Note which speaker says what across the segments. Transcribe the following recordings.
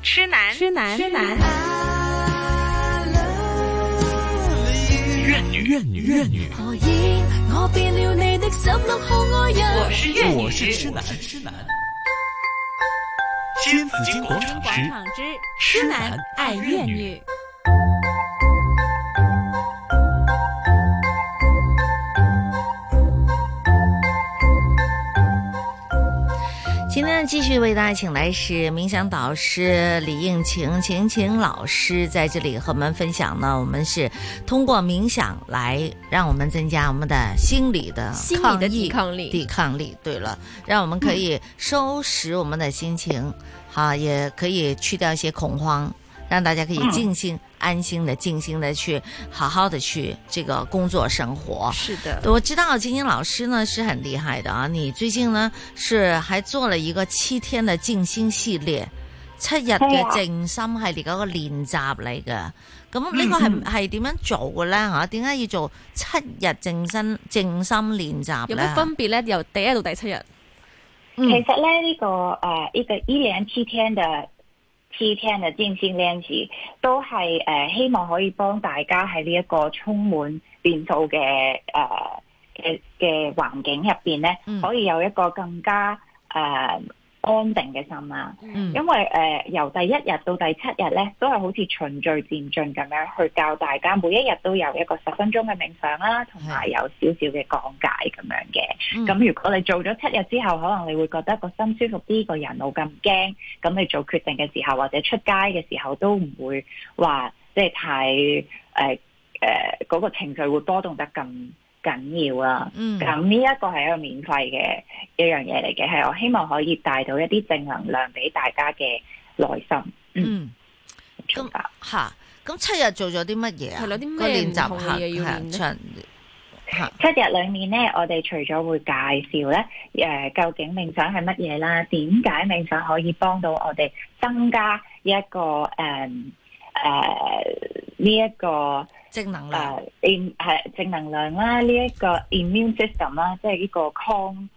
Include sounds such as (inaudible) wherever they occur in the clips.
Speaker 1: 痴男，
Speaker 2: 痴男，痴男。
Speaker 3: 怨女，怨女，怨女。
Speaker 4: 何以我變了你的十六號愛人？
Speaker 1: 我是粤
Speaker 3: 我是
Speaker 1: 女，
Speaker 3: 痴男，痴男。新紫金广场之
Speaker 2: 广场之痴男爱怨女。
Speaker 5: 今天继续为大家请来是冥想导师李应晴晴晴老师在这里和我们分享呢，我们是通过冥想来让我们增加我们的心理的
Speaker 6: 心理
Speaker 5: 抗
Speaker 6: 的
Speaker 5: 疫
Speaker 6: 抵抗力
Speaker 5: 抵抗力。对了，让我们可以收拾我们的心情，好、也可以去掉一些恐慌，让大家可以静心、安心的、静心的去好好的去这个工作生活。
Speaker 6: 是的，
Speaker 5: 我知道青青老师呢是很厉害的啊，你最近呢是还做了一个七天的静心系列，七日嘅靜心系列嗰個練習嚟嘅。咁呢個係係點樣做嘅咧？嚇，點解要做七日靜心靜心練習
Speaker 6: 有
Speaker 5: 咧？
Speaker 6: 咩分別咧？由第一到第七日，
Speaker 5: 嗯
Speaker 7: 其實咧呢、個呃一個一連七天嘅七天嘅靜心練習，都係呃希望可以幫大家喺呢一個充滿變數嘅呃嘅嘅環境入邊咧，
Speaker 5: 嗯
Speaker 7: 可以有一個更加呃安定嘅心啦。
Speaker 5: 嗯
Speaker 7: 因為誒、呃由第一日到第七日咧，都係好似循序漸進咁樣去教大家，每一日都有一個十分鐘嘅冥想啦，同埋有少少嘅講解咁樣嘅。
Speaker 5: 嗯
Speaker 7: 咁、如果你做咗七日之後，可能你會覺得個心舒服啲，個人冇咁驚。咁你做決定嘅時候，或者出街嘅時候，都唔會話即係太誒誒嗰個情緒會波動得咁緊要啦。
Speaker 5: 嗯
Speaker 7: 咁呢一個係一個免費嘅一樣嘢嚟嘅，係我希望可以帶到一啲正能量俾大家嘅內心。
Speaker 5: 嗯
Speaker 7: 明白
Speaker 5: 嚇，咁七日做咗啲乜嘢啊？
Speaker 6: 係啦啲
Speaker 5: 個
Speaker 6: 咩
Speaker 5: 練習
Speaker 6: 唔同嘅
Speaker 5: 嚇
Speaker 6: 嘢要
Speaker 5: 嚇
Speaker 6: 練呢
Speaker 5: 長嚇
Speaker 7: 七日裡面咧，我哋除咗會介紹咧，誒、究竟冥想係乜嘢啦？點解冥想可以幫到我哋增加一個誒誒呢一個？
Speaker 5: 正能量。
Speaker 7: 誒 im 係正能量啦，呢、一個 immune system 啦，即係呢個抗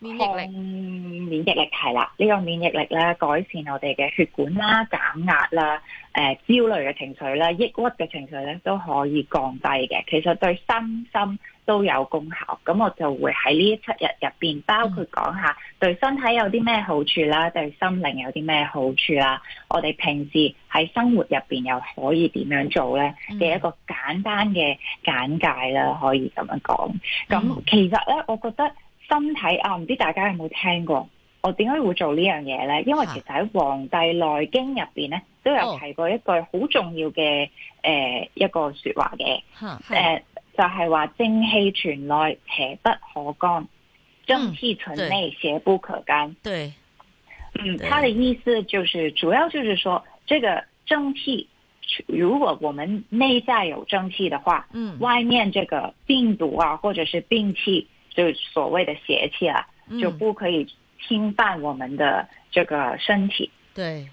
Speaker 6: 免疫力
Speaker 7: 抗免疫力係啦，呢、個免疫力啦，改善我哋嘅血管啦、減壓啦、誒、呃焦慮嘅情緒啦、抑鬱嘅情緒咧都可以降低嘅。其實對身心都有功效。咁我就會喺呢七日入邊，包
Speaker 6: 嗯
Speaker 7: 括講下對身體有啲咩好處啦，對心靈有啲咩好處啦，我哋平時喺生活入邊又可以點樣做咧？
Speaker 5: 嗯
Speaker 7: 嘅一個簡單嘅簡介啦，可以咁樣講。咁其實咧，我覺得身體啊，唔知大家有冇聽過？我點解會做呢樣嘢咧？因為
Speaker 5: 嚇
Speaker 7: 其實喺《黃帝內經》入邊咧，都有提過一句好重要嘅誒、呃一個説話嘅，
Speaker 5: 嚇
Speaker 7: 誒、就係、話正氣存內，邪不可干；正氣存
Speaker 5: 對
Speaker 7: 內，邪不可干。
Speaker 5: 對，
Speaker 7: 嗯，
Speaker 5: 对
Speaker 7: 他的意思就是，主要就是说，这个蒸汽，如果我们内在有蒸汽的话，
Speaker 5: 嗯
Speaker 7: 外面这个病毒啊，或者是病气，就是所谓的邪气啊，就
Speaker 5: 嗯
Speaker 7: 不可以侵犯我们的这个身体。
Speaker 5: 對，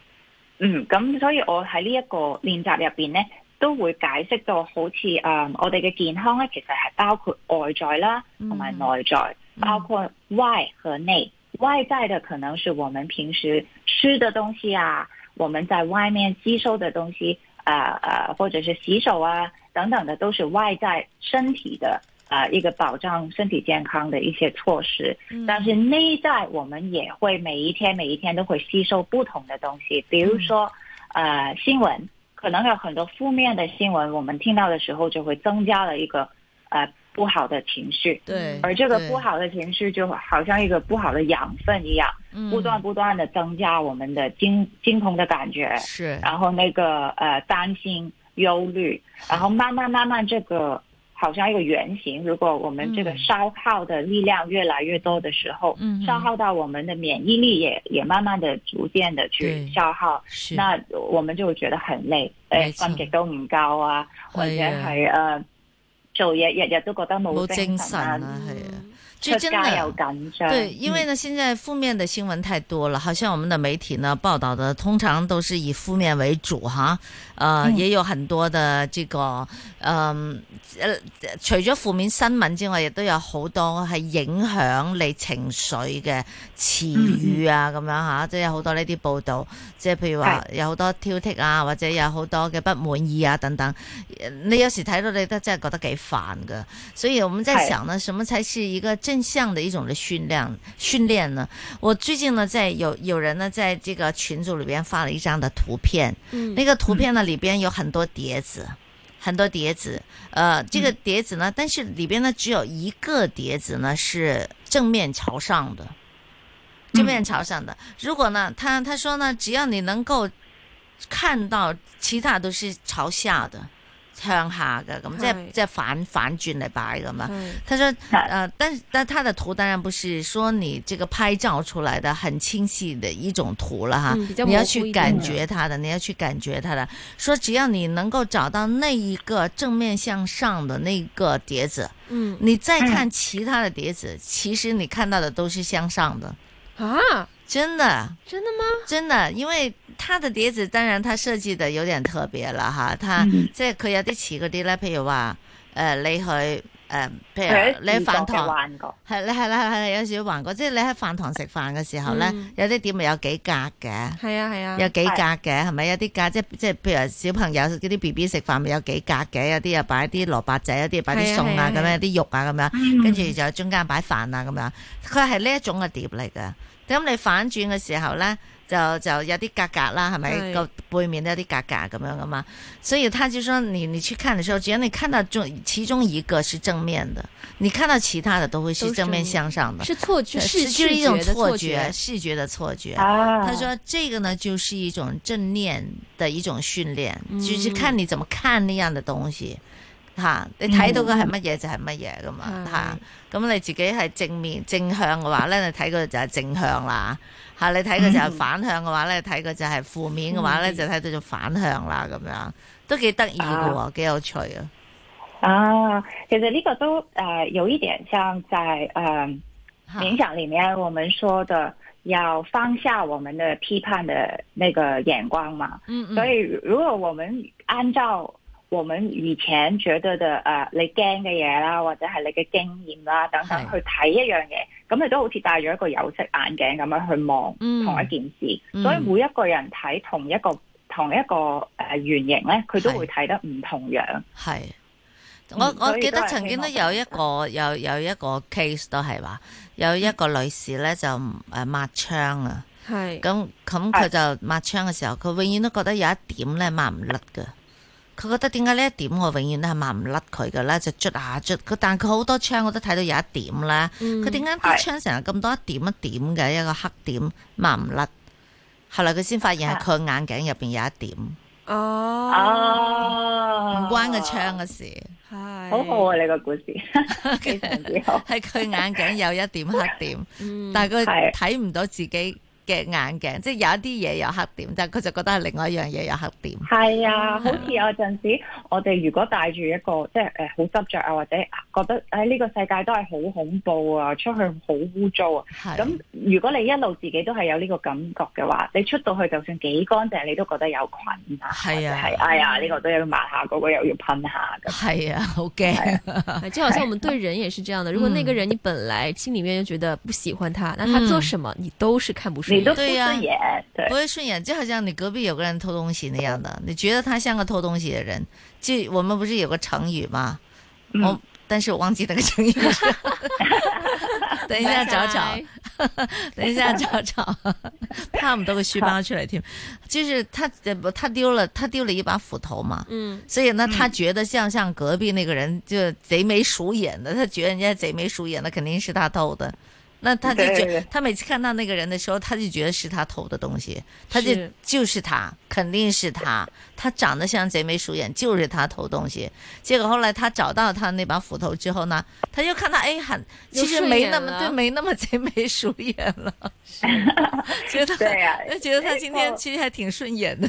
Speaker 7: 嗯，咁所以我喺呢一個練習入邊咧，都會解釋到好似誒、呃我哋嘅健康咧，其實係包括外在啦，
Speaker 5: 嗯
Speaker 7: 同埋內在，
Speaker 5: 嗯
Speaker 7: 包括外和內。外在的可能是我們平時吃的東西啊，我們在外面吸收的東西，啊呃，或者是洗手啊等等的，都是外在身體的啊一個保障身體健康的一些措施。
Speaker 5: 嗯
Speaker 7: 但是内在我们也会每一天每一天都会吸收不同的东西，比如说，呃，新闻可能有很多负面的新闻，我们听到的时候就会增加了一个呃不好的情绪，
Speaker 5: 對，
Speaker 7: 嗯而这个
Speaker 5: 對
Speaker 7: 不，好的情绪就好像一个不好的养分一样，
Speaker 5: 嗯
Speaker 7: 不断不断的增加我们的惊惊恐的感觉，
Speaker 5: 是
Speaker 7: 然后那个呃担心、忧虑，然后慢慢慢慢这个好像一个圆形，如果我们这个
Speaker 5: 嗯
Speaker 7: 消耗的力量越来越多的时候，
Speaker 5: 嗯哼
Speaker 7: 消耗到我们的免疫力也也慢慢的逐渐的去
Speaker 5: 对
Speaker 7: 消耗，
Speaker 5: 是
Speaker 7: 那我们就会覺得很累，
Speaker 5: 沒
Speaker 7: 誒
Speaker 5: 錯
Speaker 7: 瞓極都唔夠啊，或者
Speaker 5: 係啊
Speaker 7: 係誒、呃做嘢日日都覺得冇
Speaker 5: 冇
Speaker 7: 精
Speaker 5: 精神
Speaker 7: 神啊。
Speaker 5: 啊，係啊。这
Speaker 7: 出
Speaker 5: 真
Speaker 7: 街又嗯
Speaker 5: 的。
Speaker 7: 緊張，
Speaker 5: 对，因为呢，现在负面的新闻太多了，好像我们的媒体呢报道的通常都是以负面为主哈，呃，
Speaker 7: 嗯
Speaker 5: 也有很多的这个，嗯、呃，除咗負面新聞之外，亦都有好多係影響你情緒嘅詞語啊，咁樣吓，即係有好多呢啲報道，即係譬如話有好多挑剔啊，或者有好多嘅不滿意啊等等。呃你有時睇到你都真係覺得幾煩噶，所以我們在
Speaker 7: 係
Speaker 5: 想呢，什麼才是一個正向的一種的訓練訓練呢？我最近呢，在有有人呢，在这个群組裏邊發了一張的圖片，
Speaker 6: 嗯，
Speaker 5: 那个图片呢里边有很多碟子，很多碟子。呃，这个碟子呢，但是里边呢只有一个碟子呢是正面朝上的，正面朝上的。如果呢，他他说呢，只要你能够看到，其他都是朝下的。向下嘅咁，即系
Speaker 6: 係
Speaker 5: 即系反反轉嚟擺咁啊！
Speaker 6: 係
Speaker 5: 他说，
Speaker 7: 係
Speaker 5: 呃，但是但他的圖當然不是說你這個拍照出來的很清晰的一種圖了哈，
Speaker 6: 嗯比較
Speaker 5: 你要
Speaker 6: 模糊
Speaker 5: 去
Speaker 6: 一
Speaker 5: 感
Speaker 6: 點
Speaker 5: 觉它的，你要去感觉它的。說只要你能夠找到那一個正面向上的那個碟子，
Speaker 6: 嗯
Speaker 5: 你再看其他的碟子，其實你看到的都是向上的，
Speaker 6: 啊，
Speaker 5: 真的。
Speaker 6: 真的吗？
Speaker 5: 真的，因為它的碟子，當然它設計得有點特別啦吓，它、
Speaker 7: 嗯
Speaker 5: 即係佢有啲似嗰啲咧，譬如話誒、呃你去誒、呃譬
Speaker 7: 佢
Speaker 5: 如你喺飯堂。
Speaker 7: 幻覺，
Speaker 5: 係啦係啦係啦，有少少橫過，即係你喺飯堂食飯嘅時候咧，
Speaker 6: 嗯
Speaker 5: 有啲點咪有幾格嘅。
Speaker 6: 係啊係啊，
Speaker 5: 有幾格嘅係咪？有啲格即係即係譬如小朋友嗰啲 B B 食飯咪有幾格嘅，有啲又啊擺啲蘿蔔仔，有啲擺啲餸
Speaker 6: 係
Speaker 5: 啊
Speaker 6: 啊
Speaker 5: 咁
Speaker 6: 係啊嗯
Speaker 5: 樣，啲肉啊咁樣，跟住就中間擺飯啊咁樣。佢係呢一種嘅碟嚟嘅。咁你反轉嘅時候咧，就就有啲格格啦，係咪？
Speaker 6: 係
Speaker 5: 個背面都有啲格格咁樣噶嘛。所以他就說你你去看的時候，只要你看到中其中一個是正面的，你看到其他的都會
Speaker 6: 都
Speaker 5: 是
Speaker 6: 是
Speaker 5: 正
Speaker 6: 正
Speaker 5: 面
Speaker 6: 面
Speaker 5: 向上的，
Speaker 6: 是錯覺，
Speaker 5: 是
Speaker 6: 是
Speaker 5: 就
Speaker 6: 視
Speaker 5: 是一種
Speaker 6: 覺的
Speaker 5: 錯
Speaker 6: 錯
Speaker 5: 覺，
Speaker 6: 覺，
Speaker 5: 視覺的錯覺。
Speaker 7: 啊，
Speaker 5: 他说这个呢，就是一种正念的一种训练，就是
Speaker 6: 嗯
Speaker 5: 看你怎么看那样的东西。吓，你睇到嘅係乜嘢就係乜嘢噶嘛
Speaker 6: 嗯
Speaker 5: 吓，咁你自己係正面正向嘅話咧，你睇佢就係正向啦吓，你睇佢就係反向嘅話咧，睇佢就係負面嘅話咧，
Speaker 6: 嗯
Speaker 5: 就睇到就反向啦咁樣，都幾得意嘅喎，幾有趣啊！
Speaker 7: 啊，其实呢个都呃有一点像在呃
Speaker 5: 吓
Speaker 7: 冥想里面我们说的，要放下我们的批判的那个眼光嘛。
Speaker 5: 嗯
Speaker 7: 所
Speaker 5: 嗯
Speaker 7: 以如果我们按照我們以前覺得嘅誒、呃你驚嘅嘢啦，或者係你嘅經驗啦等等
Speaker 5: 係
Speaker 7: 去睇一樣嘢，咁你都好似戴咗一個有色眼鏡咁樣去望
Speaker 5: 嗯
Speaker 7: 同一件事，
Speaker 5: 嗯
Speaker 7: 所以每一個人睇同一個同一個誒、呃、原型咧，佢
Speaker 5: 係
Speaker 7: 都會睇得唔同樣。
Speaker 5: 係。我
Speaker 7: 嗯
Speaker 5: 我
Speaker 7: 所以
Speaker 5: 記得
Speaker 7: 都係
Speaker 5: 曾經
Speaker 7: 希
Speaker 5: 都
Speaker 7: 望
Speaker 5: 有一個有有一個 case 都係話有
Speaker 7: 嗯
Speaker 5: 一個女士咧就誒抹窗啊，
Speaker 6: 係
Speaker 5: 咁咁佢就抹窗嘅時候，佢永遠都覺得有一點咧抹唔甩嘅。佢覺得點解呢一點我永遠都係抹唔甩佢嘅咧，就捽下捽。佢但佢好多窗我都睇到有一點咧，
Speaker 6: 嗯
Speaker 5: 佢點解啲
Speaker 7: 嗯係
Speaker 5: 窗成日咁多一點一點嘅一個黑點抹唔甩？後來佢先發
Speaker 7: 啊
Speaker 5: 現係佢眼鏡入邊有一點，唔
Speaker 6: 哦，
Speaker 7: 哦
Speaker 5: 關個窗啊嘅事，
Speaker 6: 係
Speaker 7: 好好
Speaker 6: (laughs)
Speaker 7: 啊！你
Speaker 5: (laughs)
Speaker 7: 個故事 (laughs) 非常之好。
Speaker 5: 係佢眼鏡有一點黑點。
Speaker 6: 嗯
Speaker 5: 但係佢
Speaker 7: 係
Speaker 5: 睇唔到自己嘅眼鏡，即係有一啲嘢有黑點，但係佢就覺得係另外一樣嘢有黑點。
Speaker 7: 係啊，好似有陣時，我哋如果帶住一個即係誒好執着啊，或者覺得誒呢個世界都係好恐怖啊，出去好污糟啊。
Speaker 5: 係
Speaker 7: 咁如果你一路自己都係有呢個感覺嘅話，你出到去就算幾乾淨，你都覺得有菌啊，
Speaker 5: 係啊
Speaker 7: 或者係哎呀呢、個都要抹下，嗰、個又要噴下咁。
Speaker 5: 係啊，好驚。
Speaker 6: 哎就好像我们对人也是这样的，如果那个
Speaker 5: 嗯
Speaker 6: 人你本来心里面就觉得不喜欢他，那他做什么你都是看不顺
Speaker 7: 你都
Speaker 6: 眼
Speaker 7: 敷
Speaker 6: 的。
Speaker 5: 對啊
Speaker 7: 咗嘢，對
Speaker 5: 不会顺眼，就好像你隔壁有个人偷东西那样的，你觉得他像个偷东西的人。就我们不是有个成语吗？
Speaker 7: 嗯
Speaker 5: 我但是我忘记那个成语是什么。等一下哎找找
Speaker 6: 拜，
Speaker 5: 等一下找找， (laughs) 怕唔到个书包出来添。就是他，呃他丢了，他丢了一把斧头嘛。
Speaker 6: 嗯，
Speaker 5: 所以呢，他觉得像像隔壁那个人就贼眉鼠眼的，他觉得人家贼眉鼠眼的肯定是他偷的。那他就
Speaker 7: 对
Speaker 5: 觉
Speaker 7: 对对
Speaker 5: 他每次看到那个人的时候，他就觉得是他偷的东西，他就是就是他，肯定是他，他长得像贼眉鼠眼，就是他偷东西。结果后来他找到他那把斧头之后呢，他又看到哎很，
Speaker 6: 又
Speaker 5: 其实
Speaker 6: 顺
Speaker 5: 没
Speaker 6: 眼
Speaker 5: 那么
Speaker 6: 了
Speaker 5: 对，没那么贼眉鼠眼了， (laughs) 觉得
Speaker 7: 对啊
Speaker 5: 就觉得他今天
Speaker 7: 我
Speaker 5: 其实还挺顺眼的。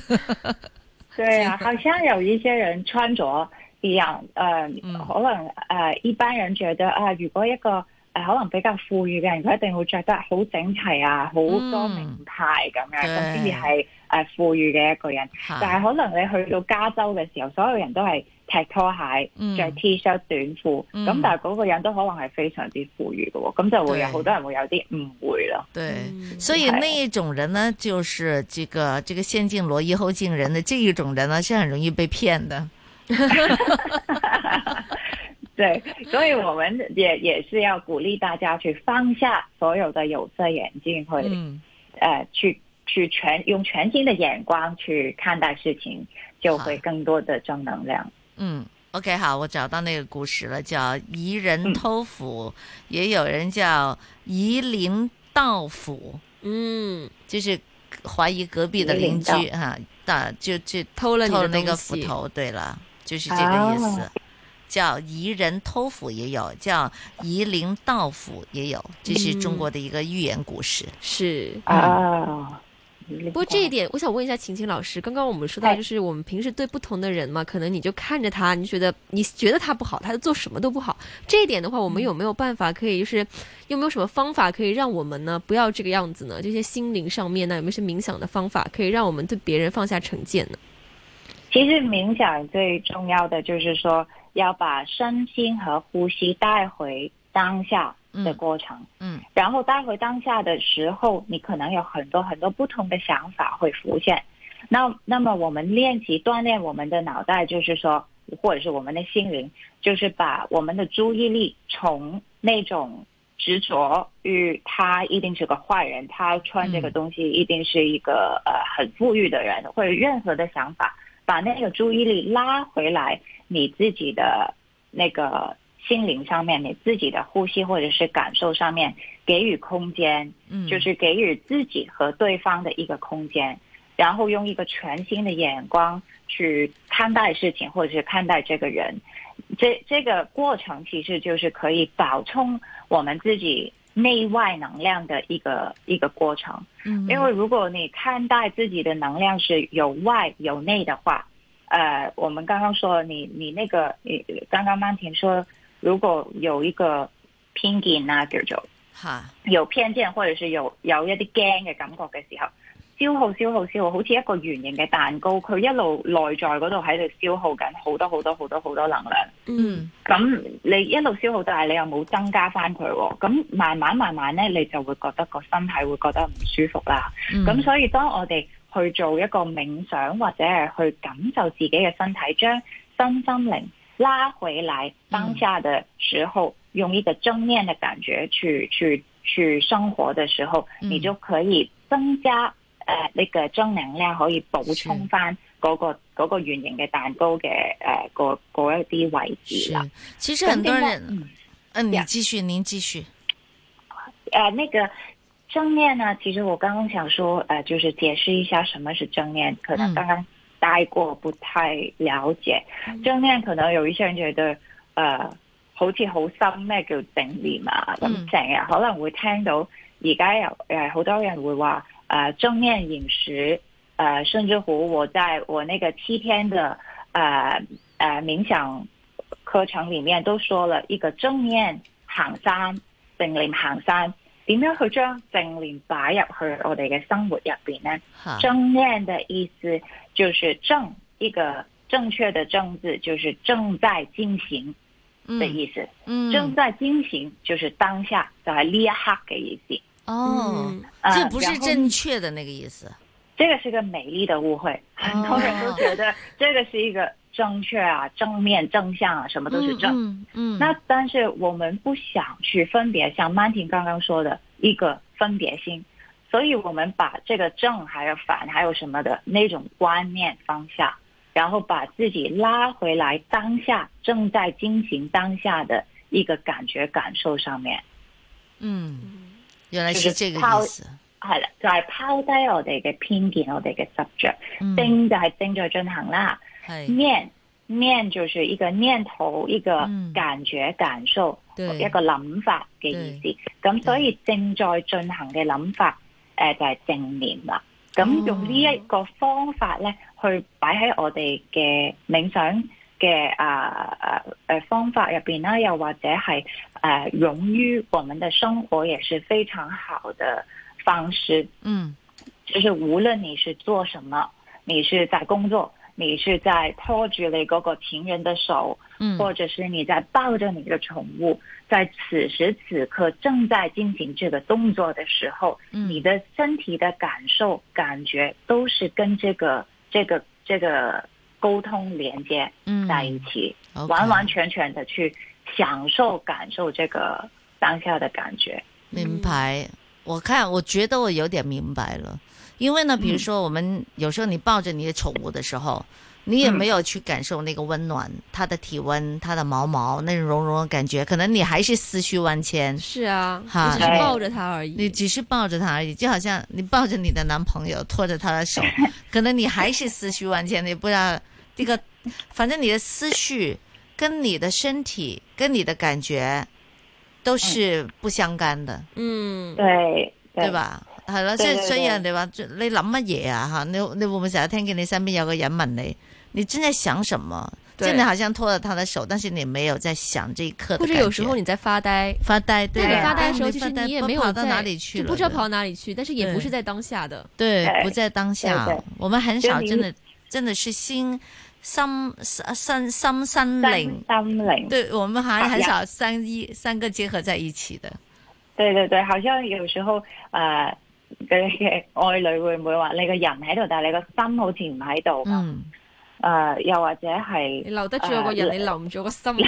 Speaker 5: (laughs)
Speaker 7: 对啊，好像有一些人穿着一样，呃，
Speaker 5: 嗯
Speaker 7: 可能呃一般人觉得啊、如果一個誒、誒可能比較富裕嘅人，佢一定會着得好整齊啊，好
Speaker 5: 嗯
Speaker 7: 多名牌咁樣，咁先至係誒富裕嘅一個人。
Speaker 5: 好
Speaker 7: 但係可能你去到加州嘅時候，所有人都係踢拖鞋、
Speaker 5: 嗯
Speaker 7: 着 T 恤、短褲，咁、
Speaker 5: 嗯
Speaker 7: 但係嗰個人都可能係非常之富裕嘅喎，咁就會有
Speaker 5: 對
Speaker 7: 好多人會有啲誤會咯。
Speaker 5: 对，
Speaker 6: 嗯
Speaker 5: 所以那一种人呢，就是这个这个先进罗衣后进人的这一种人呢，是很容易被骗的。
Speaker 7: (laughs) 對，所以我們也也是要鼓勵大家去放下所有的有色眼鏡，去、
Speaker 5: 嗯，
Speaker 7: 呃去去全用全新的眼光去看待事情，就会更多的正能量。
Speaker 5: 嗯，OK，好，我找到那个故事了，叫疑人偷斧，也有人叫夷陵盗斧，
Speaker 6: 嗯，
Speaker 5: 就是怀疑隔壁的
Speaker 7: 夷陵
Speaker 5: 邻居哈，大、就就
Speaker 6: 偷了你
Speaker 5: 偷
Speaker 6: 的
Speaker 5: 了那个
Speaker 6: 东
Speaker 5: 斧
Speaker 6: 西，
Speaker 5: 头。对了，就是这个意思。
Speaker 7: 哦
Speaker 5: 叫夷人偷斧也有，叫夷陵盗斧也有，这是中国的一个寓言故事。
Speaker 6: 是。
Speaker 5: 嗯
Speaker 7: 啊，不
Speaker 6: 不过这一点，我想问一下晴晴老师，刚刚我们说到，
Speaker 7: 哎
Speaker 6: 就是我们平时对不同的人嘛，可能你就看着他，你就觉得你觉得他不好，他做什么都不好。这一点的话，我们
Speaker 5: 嗯
Speaker 6: 有没有办法可以，就是有没有什么方法可以让我们呢不要这个样子呢？这些心灵上面呢，有没有些冥想的方法可以让我们对别人放下成见呢？
Speaker 7: 其实冥想最重要的就是说，要把身心和呼吸带回当下的过程。
Speaker 5: 嗯
Speaker 7: 然后带回当下的时候，你可能有很多很多不同的想法会浮现。那那么我们练习锻炼我们的脑袋，就是说，或者是我们的心灵，就是把我们的注意力从那种执着于他一定是个坏人，他穿这个东西一定是一个呃很富裕的人，或者任何的想法，把那个注意力拉回来你自己的那个心灵上面，你自己的呼吸或者是感受上面，给予空间，
Speaker 5: 嗯，
Speaker 7: 就是给予自己和对方的一个空间，然后用一个全新的眼光去看待事情，或者是看待这个人。这这个过程其实就是可以补充我们自己内外能量的一个一个过程。
Speaker 5: 嗯
Speaker 7: 因为如果你看待自己的能量是有外有内的话，呃，我们刚刚说你你那个，你刚刚曼婷说，如果有一个偏见啊叫做
Speaker 5: 吓，
Speaker 7: 有偏見或者是有有一啲驚嘅感覺嘅時候，消耗消耗消耗，好似一個圓形嘅蛋糕，佢一路內在嗰度喺度消耗緊好多好多好多好多能量。
Speaker 5: 嗯
Speaker 7: 咁你一路消耗，但係你又冇增加翻佢喎。咁慢慢慢慢咧，你就會覺得個身體會覺得唔舒服啦。
Speaker 5: 嗯
Speaker 7: 咁、所以當我哋去做一個冥想或者係去感受自己嘅身體，將身心靈拉回來當下的時候，用一個正面的感覺去去去生活的時候，
Speaker 5: 嗯
Speaker 7: 你就可以增加誒呢個正能量，可以補充翻嗰、個嗰、個圓形嘅蛋糕嘅誒嗰嗰一啲位置啦。
Speaker 5: 是，其实很多人，
Speaker 7: 嗯
Speaker 5: 嗯、你
Speaker 7: 呀
Speaker 5: 继续，您继续，
Speaker 7: 呃，那个正念呢，其实我刚刚想说，呃，就是解释一下什么是正念，可
Speaker 5: 嗯
Speaker 7: 能刚刚待过不太了解。正念可能有一些人觉得，呃，好似好深咩叫正念啊，咁
Speaker 5: 嗯
Speaker 7: 成日可能會聽到而家有誒好多人會話，呃，正念飲食，呃，甚至乎我在我那個七天的呃呃冥想課程裡面都說了一個正念行山。正念行山，點樣去將正念擺入去我哋嘅生活入邊呢？
Speaker 5: 哈，
Speaker 7: 正念的意思就是正一個正確的正字，就是正在進行的
Speaker 5: 嗯
Speaker 7: 意思。正
Speaker 5: 嗯，
Speaker 7: 在進行就是當下，就係呢一刻嘅意思。
Speaker 5: 哦，
Speaker 6: 嗯
Speaker 7: 呃
Speaker 5: 这不是
Speaker 7: 然后
Speaker 5: 正确的那个意思，
Speaker 7: 这个是个美丽的误会，很多人都觉
Speaker 5: 哦
Speaker 7: 得 (laughs) 这个是一个正确啊、正面、正向啊，什么都是正。
Speaker 5: 嗯嗯，
Speaker 7: 那但是我们不想去分别，像曼婷刚刚说的一个分别心，所以我们把这个正还有反还有什么的那种观念放下，然后把自己拉回来当下正在进行当下的一个感觉感受上面，
Speaker 5: 嗯，原来
Speaker 7: 就是是
Speaker 5: 这个
Speaker 7: 靠
Speaker 5: 意思，
Speaker 7: 系啦，就係拋低我哋嘅偏見，我哋嘅執着，
Speaker 5: 嗯，
Speaker 7: 正就係正在進行啦。
Speaker 5: 系，
Speaker 7: 念念就是一个念头，一个
Speaker 5: 嗯
Speaker 7: 感覺、感受，
Speaker 5: 對
Speaker 7: 一個諗法嘅意思。咁所以正在進行嘅諗法，誒、就係、正念啦。
Speaker 5: 哦
Speaker 7: 咁用呢一個方法咧，去擺喺我哋嘅冥想嘅啊啊誒方法入邊啦，又或者係誒融於我們的生活，也是非常好的方式。
Speaker 5: 嗯
Speaker 7: 就是無論你是做什麼，你是在工作，你是在拖住你嗰個情人的手，
Speaker 5: 嗯
Speaker 7: 或者是你在抱着你的寵物，在此時此刻正在進行這個動作的時候，
Speaker 5: 嗯
Speaker 7: 你的身體的感受、感覺都是跟這個、這個、這個溝通連接
Speaker 5: 嗯
Speaker 7: 在一起，
Speaker 5: OK
Speaker 7: 完完全全的去享受、感受這個當下的感覺。
Speaker 5: 明白，我看我觉得我有点明白了，因为呢，比如说我们有时候你抱着你的宠物的时候，你也没有去感受那个温暖，它的体温、它的毛毛那种绒绒的感觉，可能你还是思绪万千，
Speaker 6: 是啊，
Speaker 5: 哈
Speaker 6: 我只是抱着它而
Speaker 5: 你
Speaker 6: 已。
Speaker 5: 只是抱着它而已，就好像你抱着你的男朋友，拖着他的手，可能你还是思绪万千，你不知道这个，反正你的思绪跟你的身体跟你的感觉都是不相干的。
Speaker 6: 嗯，
Speaker 7: 對
Speaker 5: 對？吧？係咯，即
Speaker 7: 對
Speaker 5: 係
Speaker 7: 對
Speaker 5: 所以
Speaker 7: 對
Speaker 5: 人哋話你諗乜嘢啊？吓，你你會唔會成日聽見你身邊有個人問你，你正在想什麼？即
Speaker 6: 對
Speaker 5: 係你好像拖着他的手，但是你沒有在想這一刻的
Speaker 6: 或
Speaker 5: 感
Speaker 6: 者
Speaker 5: 覺。
Speaker 6: 有时候你在发呆，
Speaker 5: 發呆，對
Speaker 6: 那你
Speaker 5: 啊
Speaker 6: 发呆的时候，
Speaker 5: 你
Speaker 6: 其
Speaker 5: 發
Speaker 6: 实
Speaker 5: 呆
Speaker 6: 你也
Speaker 5: 不
Speaker 6: 没有
Speaker 5: 跑到
Speaker 6: 在
Speaker 5: 哪裡去
Speaker 6: 就
Speaker 5: 了，
Speaker 6: 不知道跑到哪里去，但是也不是在当下的。
Speaker 5: 对
Speaker 7: 对
Speaker 5: 不在当下
Speaker 7: 对对。
Speaker 5: 我們很少
Speaker 7: 就你
Speaker 5: 真的真的是心心心心心
Speaker 7: 身
Speaker 5: 靈
Speaker 7: 心，靈。
Speaker 5: 對我們還
Speaker 7: 好
Speaker 5: 很
Speaker 7: 呀
Speaker 5: 少三一三個結合在一起的。
Speaker 7: 對對對，好像有時候誒，呃你嘅 (laughs) 愛侶會唔會話你個人喺度，但係你個心好似唔喺度？誒、
Speaker 5: 嗯，
Speaker 7: 又或者
Speaker 6: 你
Speaker 7: 係
Speaker 6: 留得住我个人，
Speaker 7: 呃
Speaker 6: 你留唔住我个心。
Speaker 5: (laughs) 你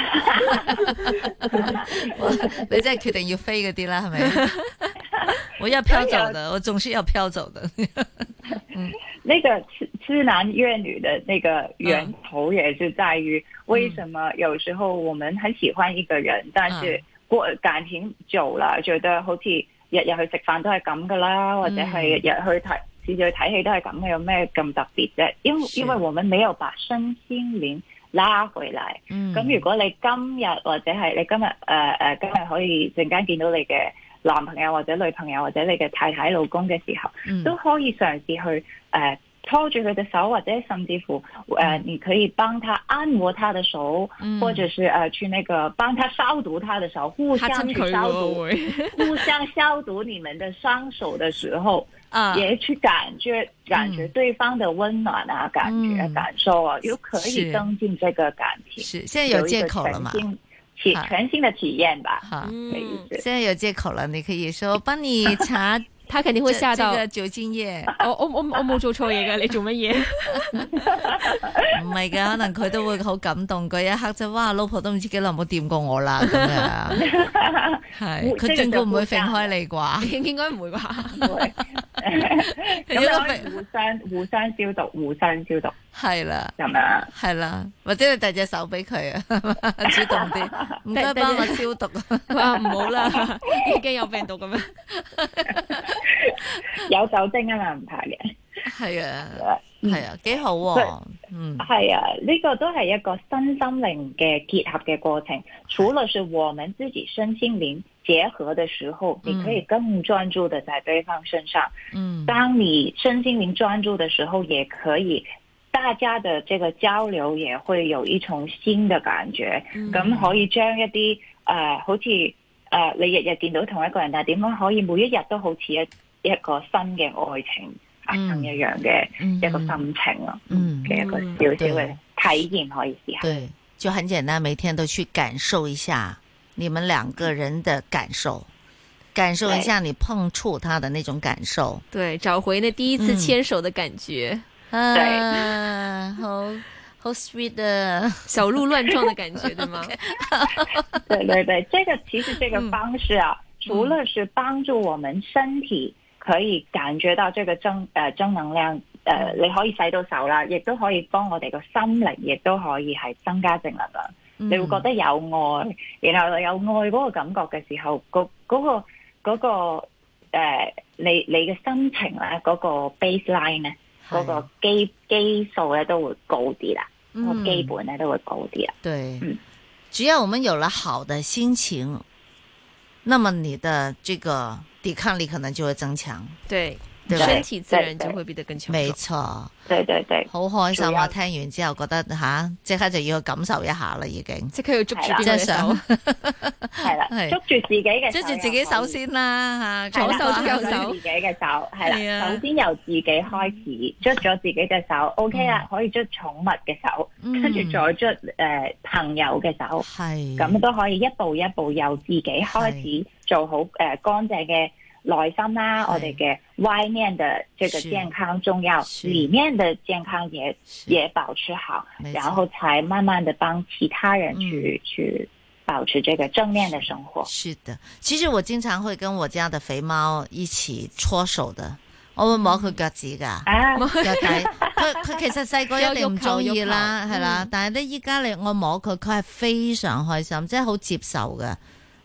Speaker 5: 真係決定要飛嗰啲啦，係咪？
Speaker 7: (laughs)
Speaker 5: 我要飄走的，我總是要飄走的。
Speaker 7: 那個痴痴男怨女的那個源頭，也是在於為什麼
Speaker 5: 嗯
Speaker 7: 有時候我們很喜歡一個人，但是
Speaker 5: 啊
Speaker 7: 過感情久了，覺得好似日日去食飯都係咁噶啦，或者
Speaker 5: 嗯
Speaker 7: 係日日去睇。次次去睇戲都係咁嘅，有咩咁特別啫？因
Speaker 5: 是
Speaker 7: 因為我們沒有把身心連拉回來，
Speaker 5: 嗯
Speaker 7: 咁如果你今日或者係你今日誒誒今日可以陣間見到你嘅男朋友或者女朋友或者你嘅太太老公嘅時候，
Speaker 5: 嗯
Speaker 7: 都可以嘗試去誒、呃拖住佢隻手，或者甚至乎誒、呃你可以幫他按摩他的手，
Speaker 5: 嗯
Speaker 7: 或者是誒、呃去那個幫他消毒他的手，互
Speaker 6: 嚇
Speaker 7: 相
Speaker 6: 親
Speaker 7: 去
Speaker 6: 佢
Speaker 7: 消
Speaker 6: 喎
Speaker 7: 毒，
Speaker 6: 會，
Speaker 7: 互相消毒你們的雙手的時候，
Speaker 5: 啊，
Speaker 7: 也去感覺感覺對方的温暖啊，感覺、
Speaker 5: 嗯
Speaker 7: 感受啊，又可
Speaker 5: 是
Speaker 7: 以增進這個感情。
Speaker 5: 是现在有
Speaker 7: 一
Speaker 5: 借
Speaker 7: 个
Speaker 5: 口了嘛
Speaker 7: 全？新体
Speaker 5: 啊
Speaker 7: 全新的体验吧。
Speaker 5: 哈，
Speaker 7: 的意
Speaker 6: 嗯，
Speaker 5: (laughs)
Speaker 7: 思
Speaker 5: 现在有借口了，你可以 (laughs) 说我帮你
Speaker 6: (laughs)
Speaker 5: 查
Speaker 6: 他肯定会
Speaker 5: 这
Speaker 6: 吓到
Speaker 5: 这。个酒精液，
Speaker 6: 我我我我冇做錯嘢嘅，你做乜嘢？
Speaker 5: (laughs) 唔係
Speaker 7: (laughs)
Speaker 5: 㗎，可能佢都會好感動嗰一刻就哇，老婆都唔知幾耐冇掂過我啦咁樣，
Speaker 7: (laughs)
Speaker 5: 係
Speaker 7: 會
Speaker 5: 佢
Speaker 7: 即
Speaker 5: 斷
Speaker 7: 係
Speaker 5: 估唔會
Speaker 7: 就
Speaker 5: 揈
Speaker 7: 會
Speaker 5: 開你啩？
Speaker 6: 應該唔會
Speaker 5: (laughs)
Speaker 6: 吧？
Speaker 7: 會
Speaker 5: 有得
Speaker 7: 咁啊可以
Speaker 5: 避
Speaker 7: 互相互相消毒，互相消毒啊
Speaker 5: 係啦。
Speaker 7: 咁樣。
Speaker 5: (laughs) 係啦，或者你遞隻手俾佢啊， (laughs) 主動啲，唔該
Speaker 6: 遞
Speaker 5: 幫我消毒啊。
Speaker 6: 佢話唔好啦， (laughs) 已經有病毒咁樣。
Speaker 7: 有酒精啊嘛，唔怕嘅。
Speaker 5: 係啊，
Speaker 7: 誒嗯
Speaker 5: 係啊，幾好喎。嗯，
Speaker 7: 係啊，呢、個都係一個身心靈嘅結合嘅過程。除了是我們自己身心靈結合的時候，
Speaker 5: 嗯
Speaker 7: 你可以更專注的在對方身上。
Speaker 5: 嗯，
Speaker 7: 當你身心靈專注的時候，也可以大家的這個交流也會有一種新的感覺。
Speaker 6: 嗯
Speaker 7: 咁、可以將一啲誒、呃好似誒、呃你日日見到同一個人，但係點樣可以每一日都好似一一個新嘅愛情發生一樣嘅、
Speaker 5: 嗯
Speaker 7: 一個心情咯，
Speaker 5: 嗯
Speaker 7: 嘅、一個
Speaker 6: 嗯
Speaker 7: 少少嘅體驗可以試下。
Speaker 5: 对，就很简单，每天都去感受一下你们两个人的感受，感受一下你碰触他的那种感受。
Speaker 6: 對，找回那第一次牽手的感
Speaker 5: 嗯
Speaker 6: 覺，
Speaker 5: 啊，好好 sweet 啊！
Speaker 6: 小鹿亂撞的感覺，對
Speaker 5: (laughs)
Speaker 6: 嗎？
Speaker 7: 對對對，這個其實這個方式啊，除了是幫助我們身體可以感覺到這個正誒、呃正能量。誒、你可以洗到手啦，亦都可以幫我哋個心靈，亦都可以係增加正能量。
Speaker 5: 你
Speaker 7: 你會覺得有愛，然後有愛嗰個感覺嘅時候，嗰、嗰個嗰、個、呃、你你嘅心情咧，嗰、個 baseline 咧，嗰個基基數咧都會高啲啦，個、基本咧都會高啲啦。
Speaker 5: 对
Speaker 7: 嗯，
Speaker 5: 嗯只要我们有了好的心情，那么你的这个抵抗力可能就会增强。
Speaker 6: 對，
Speaker 5: 對吧
Speaker 6: 身体自然就会变得更强
Speaker 5: 没
Speaker 6: 壮。
Speaker 5: 错，
Speaker 7: 對對對，
Speaker 5: 好開心啊！
Speaker 7: 仲有
Speaker 5: 聽完之後覺得吓，即、刻就要去感受一下啦，已經
Speaker 6: 即刻要捉住
Speaker 7: 係啦
Speaker 6: 邊隻手，
Speaker 5: (laughs) 啊
Speaker 7: 係啦
Speaker 5: 係，
Speaker 7: 捉住自己嘅
Speaker 5: 即
Speaker 7: 手又
Speaker 5: 住
Speaker 7: 可以，
Speaker 5: 自己手先啦吓，
Speaker 7: 係
Speaker 5: 左
Speaker 7: 啦，
Speaker 5: 手
Speaker 6: 捉
Speaker 5: 捉
Speaker 6: 手
Speaker 5: 右手
Speaker 7: 捉住。自己嘅手係
Speaker 5: 係啊
Speaker 7: 啦，首先由自己開始，捉咗自己隻手，OK 啦，可以捉寵物嘅手，
Speaker 5: 嗯
Speaker 7: 跟住再捉誒朋友嘅手。
Speaker 5: 係
Speaker 7: 咁都可以一步一步由自己開始做好誒、呃、乾淨嘅內心啦，
Speaker 5: 是
Speaker 7: 我哋嘅外面的這個
Speaker 5: 是
Speaker 7: 健康重要，
Speaker 5: 是
Speaker 7: 裡面的健康也
Speaker 5: 是
Speaker 7: 也保持好
Speaker 5: 沒，錯嗯
Speaker 7: 然後才慢慢的幫其他人去、去保持這個正面的生活。
Speaker 5: 是的，其實我經常會跟我家的肥貓一起搓手的，我會摸佢
Speaker 6: (laughs)
Speaker 5: 腳趾㗎。
Speaker 7: 啊，
Speaker 5: 腳底，佢佢其實細個一定唔中意啦，
Speaker 6: 有肉球
Speaker 5: 係啦
Speaker 6: 嗯。
Speaker 5: 但係咧，依家你我摸佢，佢係非常開心，即係好接受嘅。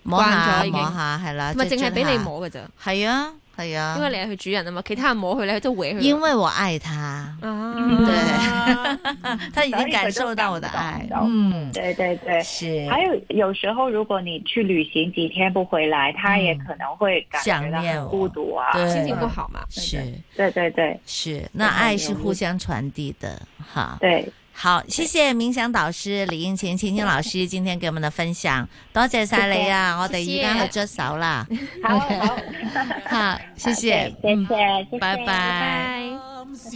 Speaker 5: 摸下
Speaker 6: 慣咗已經
Speaker 5: 摸下係啦，
Speaker 6: 唔係
Speaker 5: 即係
Speaker 6: 淨係俾
Speaker 5: 捽
Speaker 6: 你
Speaker 5: 下。
Speaker 6: 摸嘅咋，
Speaker 5: 係啊係啊，
Speaker 6: 因為你係佢主人啊嘛，其他人摸佢咧，佢都搲佢。
Speaker 5: 因為我愛他，
Speaker 6: 啊，
Speaker 5: (laughs) 他已經感受到我的愛
Speaker 7: 所以佢。都感
Speaker 5: 嗯，
Speaker 7: 對對對。
Speaker 5: 是
Speaker 7: 還有有時候，如果你去旅行幾天不回來，他也可能會感
Speaker 5: 嗯
Speaker 7: 覺
Speaker 5: 想
Speaker 7: 到
Speaker 5: 念
Speaker 7: 很
Speaker 5: 我
Speaker 7: 孤獨啊。
Speaker 5: 對
Speaker 6: 心情不好嘛。
Speaker 5: 是
Speaker 7: 對對對
Speaker 5: 是，那愛是互相傳遞的哈。
Speaker 7: 對，
Speaker 5: 好，謝謝冥想導師李應勤晴晴老 (laughs) 師今天給我們的分享，多謝晒你啊！我哋而家去捽手啦， (laughs)
Speaker 7: 好好，
Speaker 5: 哈，謝謝， (laughs) 嗯
Speaker 7: 謝謝，謝謝，
Speaker 5: 拜拜。
Speaker 7: 拜
Speaker 6: 拜。